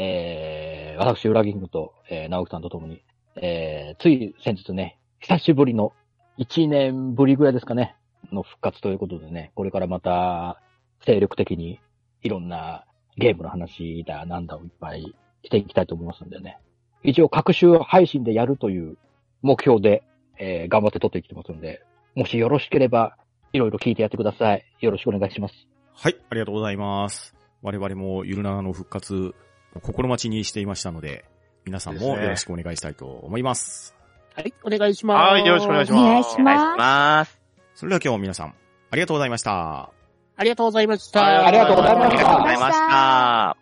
えー、私、裏キングと、えー、直樹さんと共に、えー、つい先日ね、久しぶりの、1年ぶりぐらいですかね、の復活ということでね、これからまた、精力的に、いろんなゲームの話だ、なんだをいっぱいしていきたいと思いますんでね。一応、各週配信でやるという目標で、えー、頑張って撮っていきますんで、もしよろしければ、いろいろ聞いてやってください。よろしくお願いします。はい、ありがとうございます。我々もゆるななの復活、心待ちにしていましたので、皆さんもよろしくお願いしたいと思います。はい、お願いします。はい、よろしくお願いします。お願いしおま願いします。それでは今日も皆さん、ありがとうございました。ありがとうございましはいた。ありがとうございまありしがとうたございました。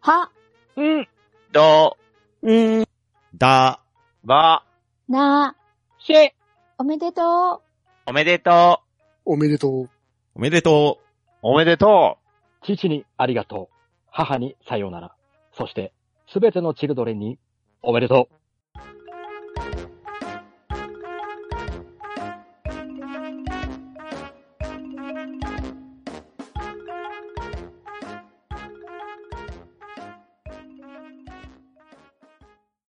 は、うん。ど、うん。だ、ば、な、シェおめでとおめでとおめでとう。おめでとう。おめでと父にありがとう。母にさようなら。そして、すべてのチルドレンに、おめでとう。